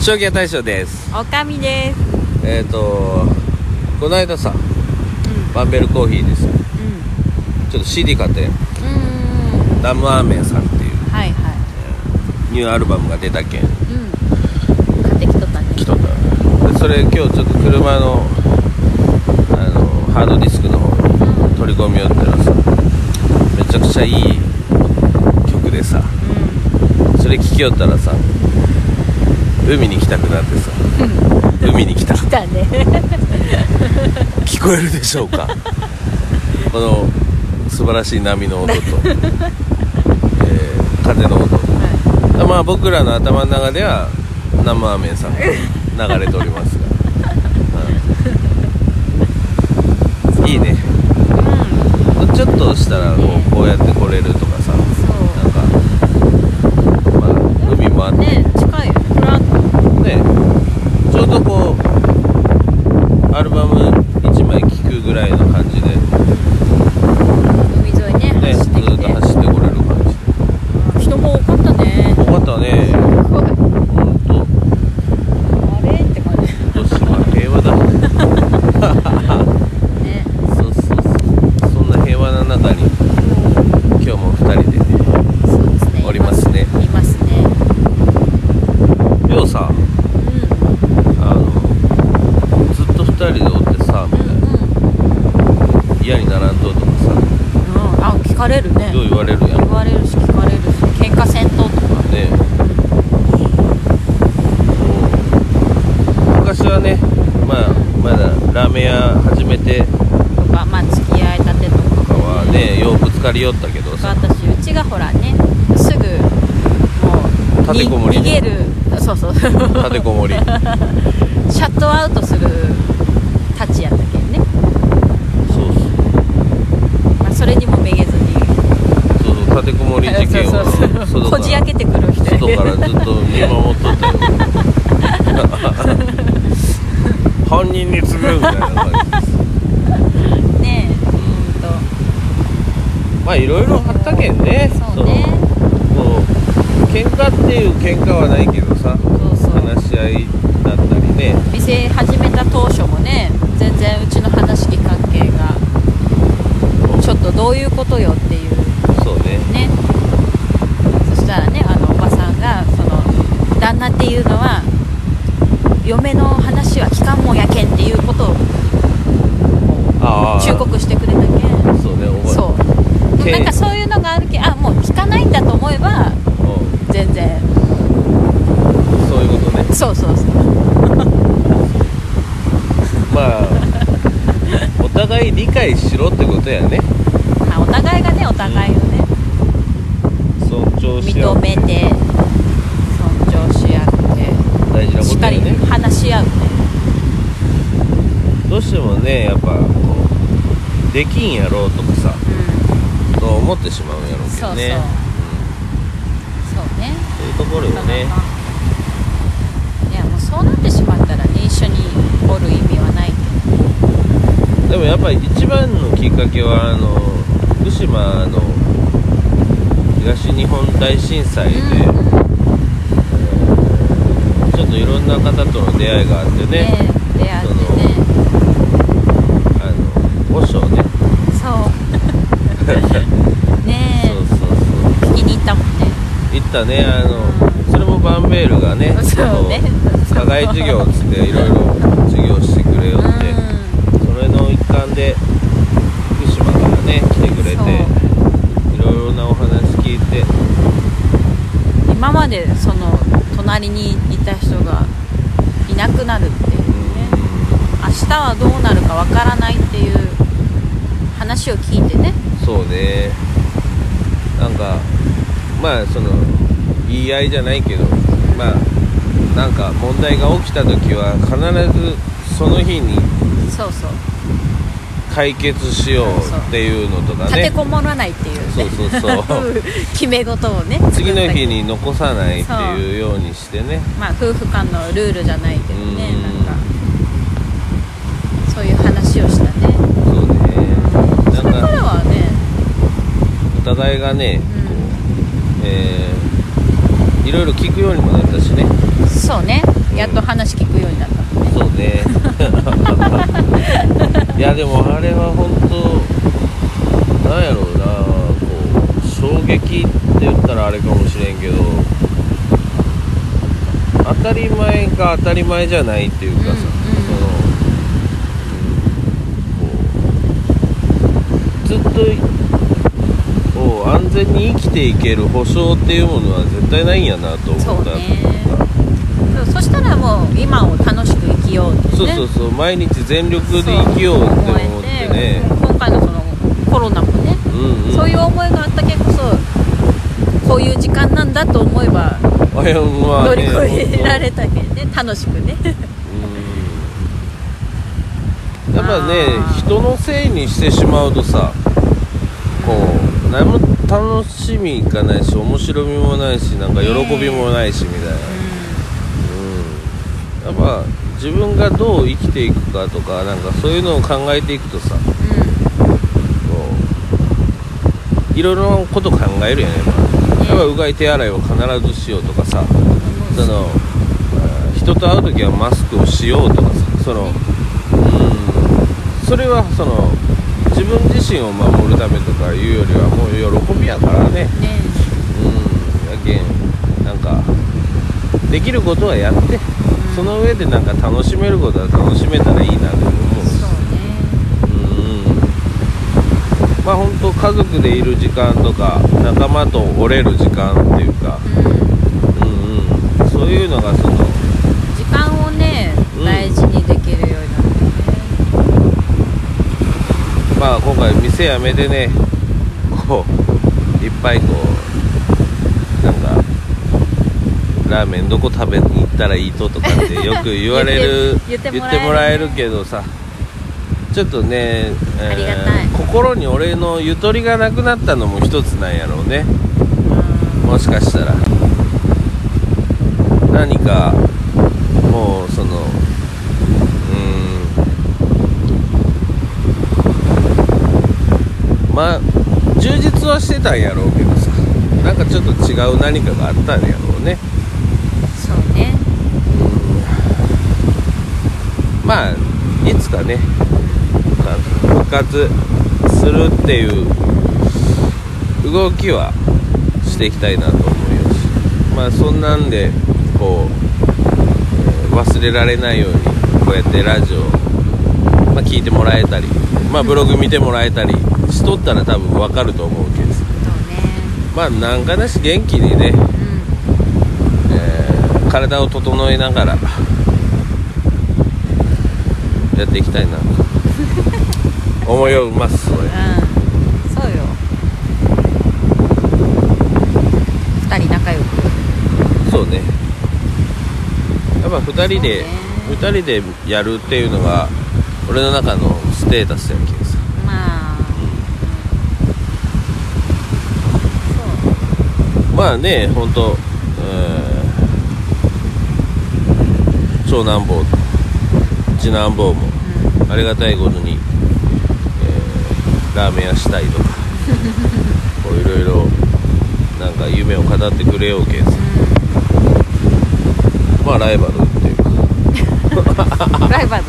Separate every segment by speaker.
Speaker 1: 将棋屋大将です
Speaker 2: おかみです。
Speaker 1: えっ、とこの間さ
Speaker 2: う
Speaker 1: バンベルコーヒーです
Speaker 2: ん。うん。
Speaker 1: ちょっと CD 買って
Speaker 2: うん。
Speaker 1: ダムアーメンさんっていう
Speaker 2: はいは
Speaker 1: ニューアルバムが出たけん
Speaker 2: い。うん。買ってきとったね。
Speaker 1: 来とったでそれ今日ちょっと車のあのハードディスクの方に
Speaker 2: うん。
Speaker 1: 取り込みよったらさめちゃくちゃいい曲でさそれ聴きよったらさ海に来たくなってさ海に来た
Speaker 2: 来たね。
Speaker 1: 聞こえるでしょうか この素晴らしい波の音 と、えー風の音まあ僕らの頭の中では生アメンさんが流れておりますが、うんいいね
Speaker 2: うん。
Speaker 1: ちょっとしたらこうこうやって来れるとかさなん
Speaker 2: そ
Speaker 1: か、まあ、海もあっ
Speaker 2: う。
Speaker 1: て
Speaker 2: ね、近いよね。フラット。
Speaker 1: ねちょうどこうアルバム1枚聴くぐらいの感じで、
Speaker 2: 海沿いね、
Speaker 1: ね、ず
Speaker 2: 走って
Speaker 1: ーっと
Speaker 2: きて。
Speaker 1: 走ってこれる感じで。
Speaker 2: 人も多かったね。
Speaker 1: よかったね。
Speaker 2: すごい。
Speaker 1: 本当、
Speaker 2: あれって感じ。
Speaker 1: 今年は平和だ。
Speaker 2: ね。
Speaker 1: そうそうそう。そんな平和な中に今日も二人でね。
Speaker 2: そうですね。
Speaker 1: おりますね
Speaker 2: いますね。
Speaker 1: ようさ、
Speaker 2: うん。
Speaker 1: あのずっと二人でおってさ、み
Speaker 2: う
Speaker 1: たい
Speaker 2: ん
Speaker 1: な嫌にならんととか
Speaker 2: うん。うん。あ、聞かれる
Speaker 1: さ、
Speaker 2: ね
Speaker 1: よ。う言われるやん。
Speaker 2: 言われるし、聞かれるし、喧嘩戦闘とか。
Speaker 1: ね。うん昔はね、まあまだラーメン屋始めて
Speaker 2: とかまあ付き合いたてと
Speaker 1: とか
Speaker 2: か
Speaker 1: はね、ようぶつかりよったけど
Speaker 2: とか
Speaker 1: さ、
Speaker 2: 私うちがほらねすぐもう
Speaker 1: 立てこもり
Speaker 2: に逃げるそうそう シ
Speaker 1: 立てこもり。
Speaker 2: ャットアウトするたちやったけんね、
Speaker 1: そうそう。
Speaker 2: まあ、それにもめげずに
Speaker 1: そうそう立てこもり事件を
Speaker 2: そうそうそう
Speaker 1: 外
Speaker 2: こじ開けてくる人や
Speaker 1: 外
Speaker 2: け
Speaker 1: からずっと見守っとったよ 犯人に次ぐみたいな感じです
Speaker 2: ねえうんと
Speaker 1: まあいろいろあったけんね
Speaker 2: そうね
Speaker 1: そのこう喧嘩っていう喧嘩はないけどさ
Speaker 2: そうそう
Speaker 1: 話し合いだったりね
Speaker 2: 店始めた当初もね全然うちの話に関係がちょっとどういうことよっていう
Speaker 1: そうね
Speaker 2: ねそしたらねあのおばさんがその旦那っていうのは嫁の話は聞かんもんやけんっていうことを
Speaker 1: ああ
Speaker 2: 忠告してくれたけん
Speaker 1: そうねおば
Speaker 2: そう
Speaker 1: け
Speaker 2: なんかそういうのがあるけんあもう聞かないんだと思えば
Speaker 1: うん
Speaker 2: 全然
Speaker 1: そういうことね
Speaker 2: そうそうそう
Speaker 1: まあ お互い理解しろってことやね
Speaker 2: あお互いがねお互いをね
Speaker 1: 尊重し合う
Speaker 2: 認めて尊重し合っ
Speaker 1: 大事な
Speaker 2: て
Speaker 1: こ
Speaker 2: しっ
Speaker 1: と
Speaker 2: か
Speaker 1: や
Speaker 2: り
Speaker 1: ね
Speaker 2: 話し合うね
Speaker 1: どうしてもねやっぱこうできんやろうとかさ
Speaker 2: うん
Speaker 1: と思ってしまうんやろうけ
Speaker 2: そう
Speaker 1: ど
Speaker 2: そうそう
Speaker 1: ね
Speaker 2: ね
Speaker 1: そういうところよね
Speaker 2: いやもうそうなってしまったらね一緒におる意味はないけ
Speaker 1: でもやっぱり一番のきっかけはあの福島の東日本大震災で、
Speaker 2: どうん
Speaker 1: ちょっといろんな方との出会いがあってね
Speaker 2: ね出会ってね
Speaker 1: あの和尚ね
Speaker 2: そうね
Speaker 1: そうそうそう
Speaker 2: 聞きに行ったもんね
Speaker 1: 行ったねあのそれもバンベールがね
Speaker 2: そうね
Speaker 1: こう課外授業っつっていろいろ授業してくれよ
Speaker 2: う
Speaker 1: って、
Speaker 2: ん
Speaker 1: それの一環で福島からね来てくれていろいろなお話聞いて
Speaker 2: 今までその隣にいた人がいなくなるっていうね明日はどうなるかわからないっていう話を聞いてね
Speaker 1: そうねなんかまあその言い合いじゃないけどまあなんか問題が起きた時は必ずその日に
Speaker 2: そうそう
Speaker 1: 解決しようっていうのとか
Speaker 2: 立て
Speaker 1: ね
Speaker 2: こもらないっていう
Speaker 1: そう
Speaker 2: ね
Speaker 1: そうそう
Speaker 2: 決め事をね
Speaker 1: 次の日
Speaker 2: に
Speaker 1: に残さないっていうようにしてね
Speaker 2: まあ夫婦間のルールじゃないけどね
Speaker 1: うん
Speaker 2: なんかそういう話をしたね
Speaker 1: そうね
Speaker 2: それか
Speaker 1: なんから
Speaker 2: はね
Speaker 1: お互いがね
Speaker 2: う
Speaker 1: えーいろいろ聞くようにもなったしね
Speaker 2: んそうねやっと話聞くようになったのね
Speaker 1: そう ねいやでもあれは本当なんやろうなこう衝撃って言ったらあれかもしれんけど当たり前が当たり前じゃないっていうかさ、
Speaker 2: うんうん
Speaker 1: その、うん、こうずっとこう安全に生きていける保証っていうものは絶対ないんやなと思った
Speaker 2: そうねそうそしたらもう今を楽しく生きようってね
Speaker 1: そうそうそう毎日全力で生きようって思ってね
Speaker 2: そう思えて今回のそのコロナもね、
Speaker 1: うんうん
Speaker 2: そういう思いがあったけこそこういう時間なんだと思えば
Speaker 1: あやんは
Speaker 2: 乗り
Speaker 1: ね
Speaker 2: 越えられたけどね楽しくね
Speaker 1: うんやっぱね
Speaker 2: あー
Speaker 1: 人のせいにしてしまうとさこう何も楽しみがないし面白みもないしなんか喜びもないしみたいな、うん、やっぱ自分がどう生きていくかとかなんかそういうのを考えていくとさこ
Speaker 2: う
Speaker 1: ういろいろなこと考えるよねやっぱやっぱうがい手洗いを必ずしようとかさそのえー人と会う時はマスクをしようとかさその、うん、それはその自分自身を守るためとかいうよりはもう喜びやからね
Speaker 2: んね
Speaker 1: うんやけんなんかできることはやってその上でなんか楽しめることは楽しめたらいいなと思う
Speaker 2: そ
Speaker 1: う
Speaker 2: う
Speaker 1: んまあ本当家族でいる時間とか仲間と折れる時間っていうか
Speaker 2: ね、うん、
Speaker 1: うんうんそういうのがその
Speaker 2: 時間をね
Speaker 1: うん
Speaker 2: 大事にできるようになったね、
Speaker 1: まあ今回店辞めてねこういっぱいこうなんかラーメンどこ食べに行ったらいいととかってよく言われる
Speaker 2: 言って
Speaker 1: 言ってもらえるけどさちょっとね、
Speaker 2: ありがたい
Speaker 1: 心に俺のゆとりがなくなったのも一つなんやろうね
Speaker 2: うん
Speaker 1: もしかしたら何かもうそのうーんまあ充実はしてたんやろうけどさなんかちょっと違う何かがあったんやろうね
Speaker 2: そうね
Speaker 1: まあいつかね復活するっていう動きはしていきたいなと思いますまあそんなんでこう、えー忘れられないようにこうやってラジオを、まあ、聞いてもらえたり、まあ、ブログ見てもらえたりしとったら多分わかると思うけど
Speaker 2: そうね
Speaker 1: まあなんかなし元気にね
Speaker 2: うん
Speaker 1: えー体を整えながらやっていきたいな 思いを埋ますそれ
Speaker 2: うんそうよ2人仲良く
Speaker 1: そうねやっぱ2人で、
Speaker 2: そう
Speaker 1: 2
Speaker 2: ね
Speaker 1: 人でやるっていうのが俺の中のステータスやけんさ
Speaker 2: まあそ
Speaker 1: まあねほんとうーん長男坊と次男坊も
Speaker 2: う、うん、
Speaker 1: ありがたいことに、えーラーメン屋したい とかこういろいろなんか夢を語ってくれようけんさまあライバルっていうか
Speaker 2: うんライバルだよ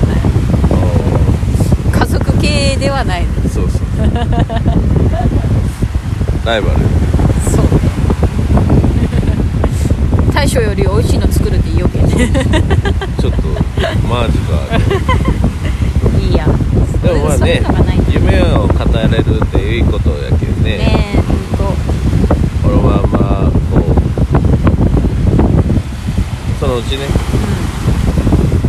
Speaker 2: 家族経営ではない
Speaker 1: そうそうライバル
Speaker 2: そうね大将より美味しいの作るでいいよけね
Speaker 1: ちょっとマージか
Speaker 2: いいや
Speaker 1: でもまあ
Speaker 2: そうい
Speaker 1: ね
Speaker 2: うのがないんだね
Speaker 1: 夢を語れるっていいことやけんね
Speaker 2: えほん
Speaker 1: これはまあこうそのうちね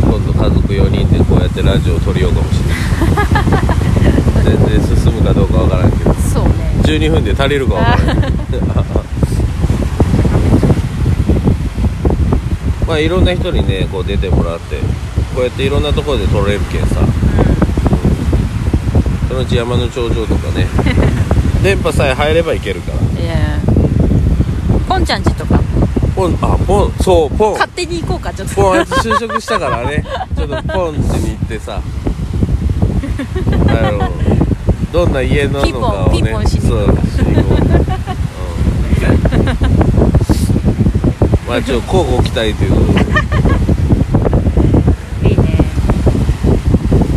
Speaker 2: とう
Speaker 1: 今度家族4人でこうやってラジオを撮りようかもしれない全然進むかどうかわからんけど
Speaker 2: んそうね
Speaker 1: 12分で足りるかわからんけどまあいろんな人にねこう出てもらってこうやっていろんなところで撮れるけんさそのうち山の頂上とかね電波さえ入ればいけるから
Speaker 2: うんいやポンちゃんちとか
Speaker 1: ポンあポンそうポン
Speaker 2: 勝手に行こうかちょっと
Speaker 1: ポンあいつ就職したからねちょっとポンチに行ってさあのどんな家なのかをね
Speaker 2: ピンポンピンポンしに
Speaker 1: そうしに行こううんまあちょっと交互期待ということで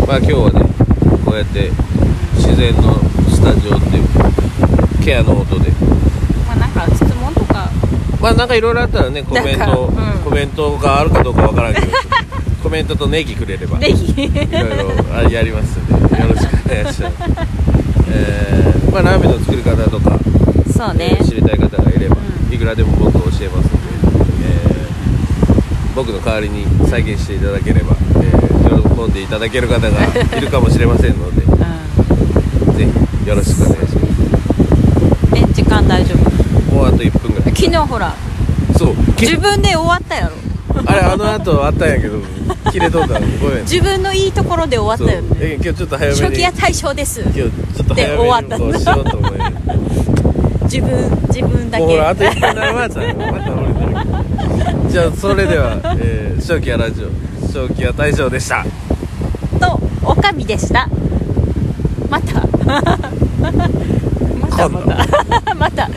Speaker 1: うまあ今日はねこうやって自然のスタジオっていうかケアの音で
Speaker 2: まあなんか質問とか
Speaker 1: まあなんかいろいろあったらねコメント、
Speaker 2: なんかうん
Speaker 1: コメントがあるかどうかわからんけどコメントとネギくれれば
Speaker 2: ネギ
Speaker 1: いろいろあやりますんでよろしくお願いしますえー、まあラーメンの作り方とか
Speaker 2: そう
Speaker 1: え
Speaker 2: ね
Speaker 1: ー知りたい方がいれば、
Speaker 2: うん
Speaker 1: いくらでも僕を教えますので、えー僕の代わりに再現していただければ、えー喜んでいただける方がいるかもしれませんので
Speaker 2: う
Speaker 1: ぜひよろしくお願いします
Speaker 2: んえ時間大丈夫
Speaker 1: もうあと1分ぐらい
Speaker 2: 昨日ほら
Speaker 1: そうき
Speaker 2: 自分で終わったやろ
Speaker 1: あれあの後あったんやけど切れとったのごめん
Speaker 2: 自分のいいところで 終わったよ
Speaker 1: そう
Speaker 2: ね
Speaker 1: え今日ちょっと早めに
Speaker 2: 初期や大賞です
Speaker 1: 今日ちょっと
Speaker 2: で終わ
Speaker 1: 早
Speaker 2: っ
Speaker 1: め
Speaker 2: た
Speaker 1: にこうしようと思い
Speaker 2: 自分自分だけ
Speaker 1: もうほらあと1分になるわじゃんまた俺だけじゃあそれでは、えー、正気やラジオ正気や大将でした
Speaker 2: とおかみでした ま たまたまたまた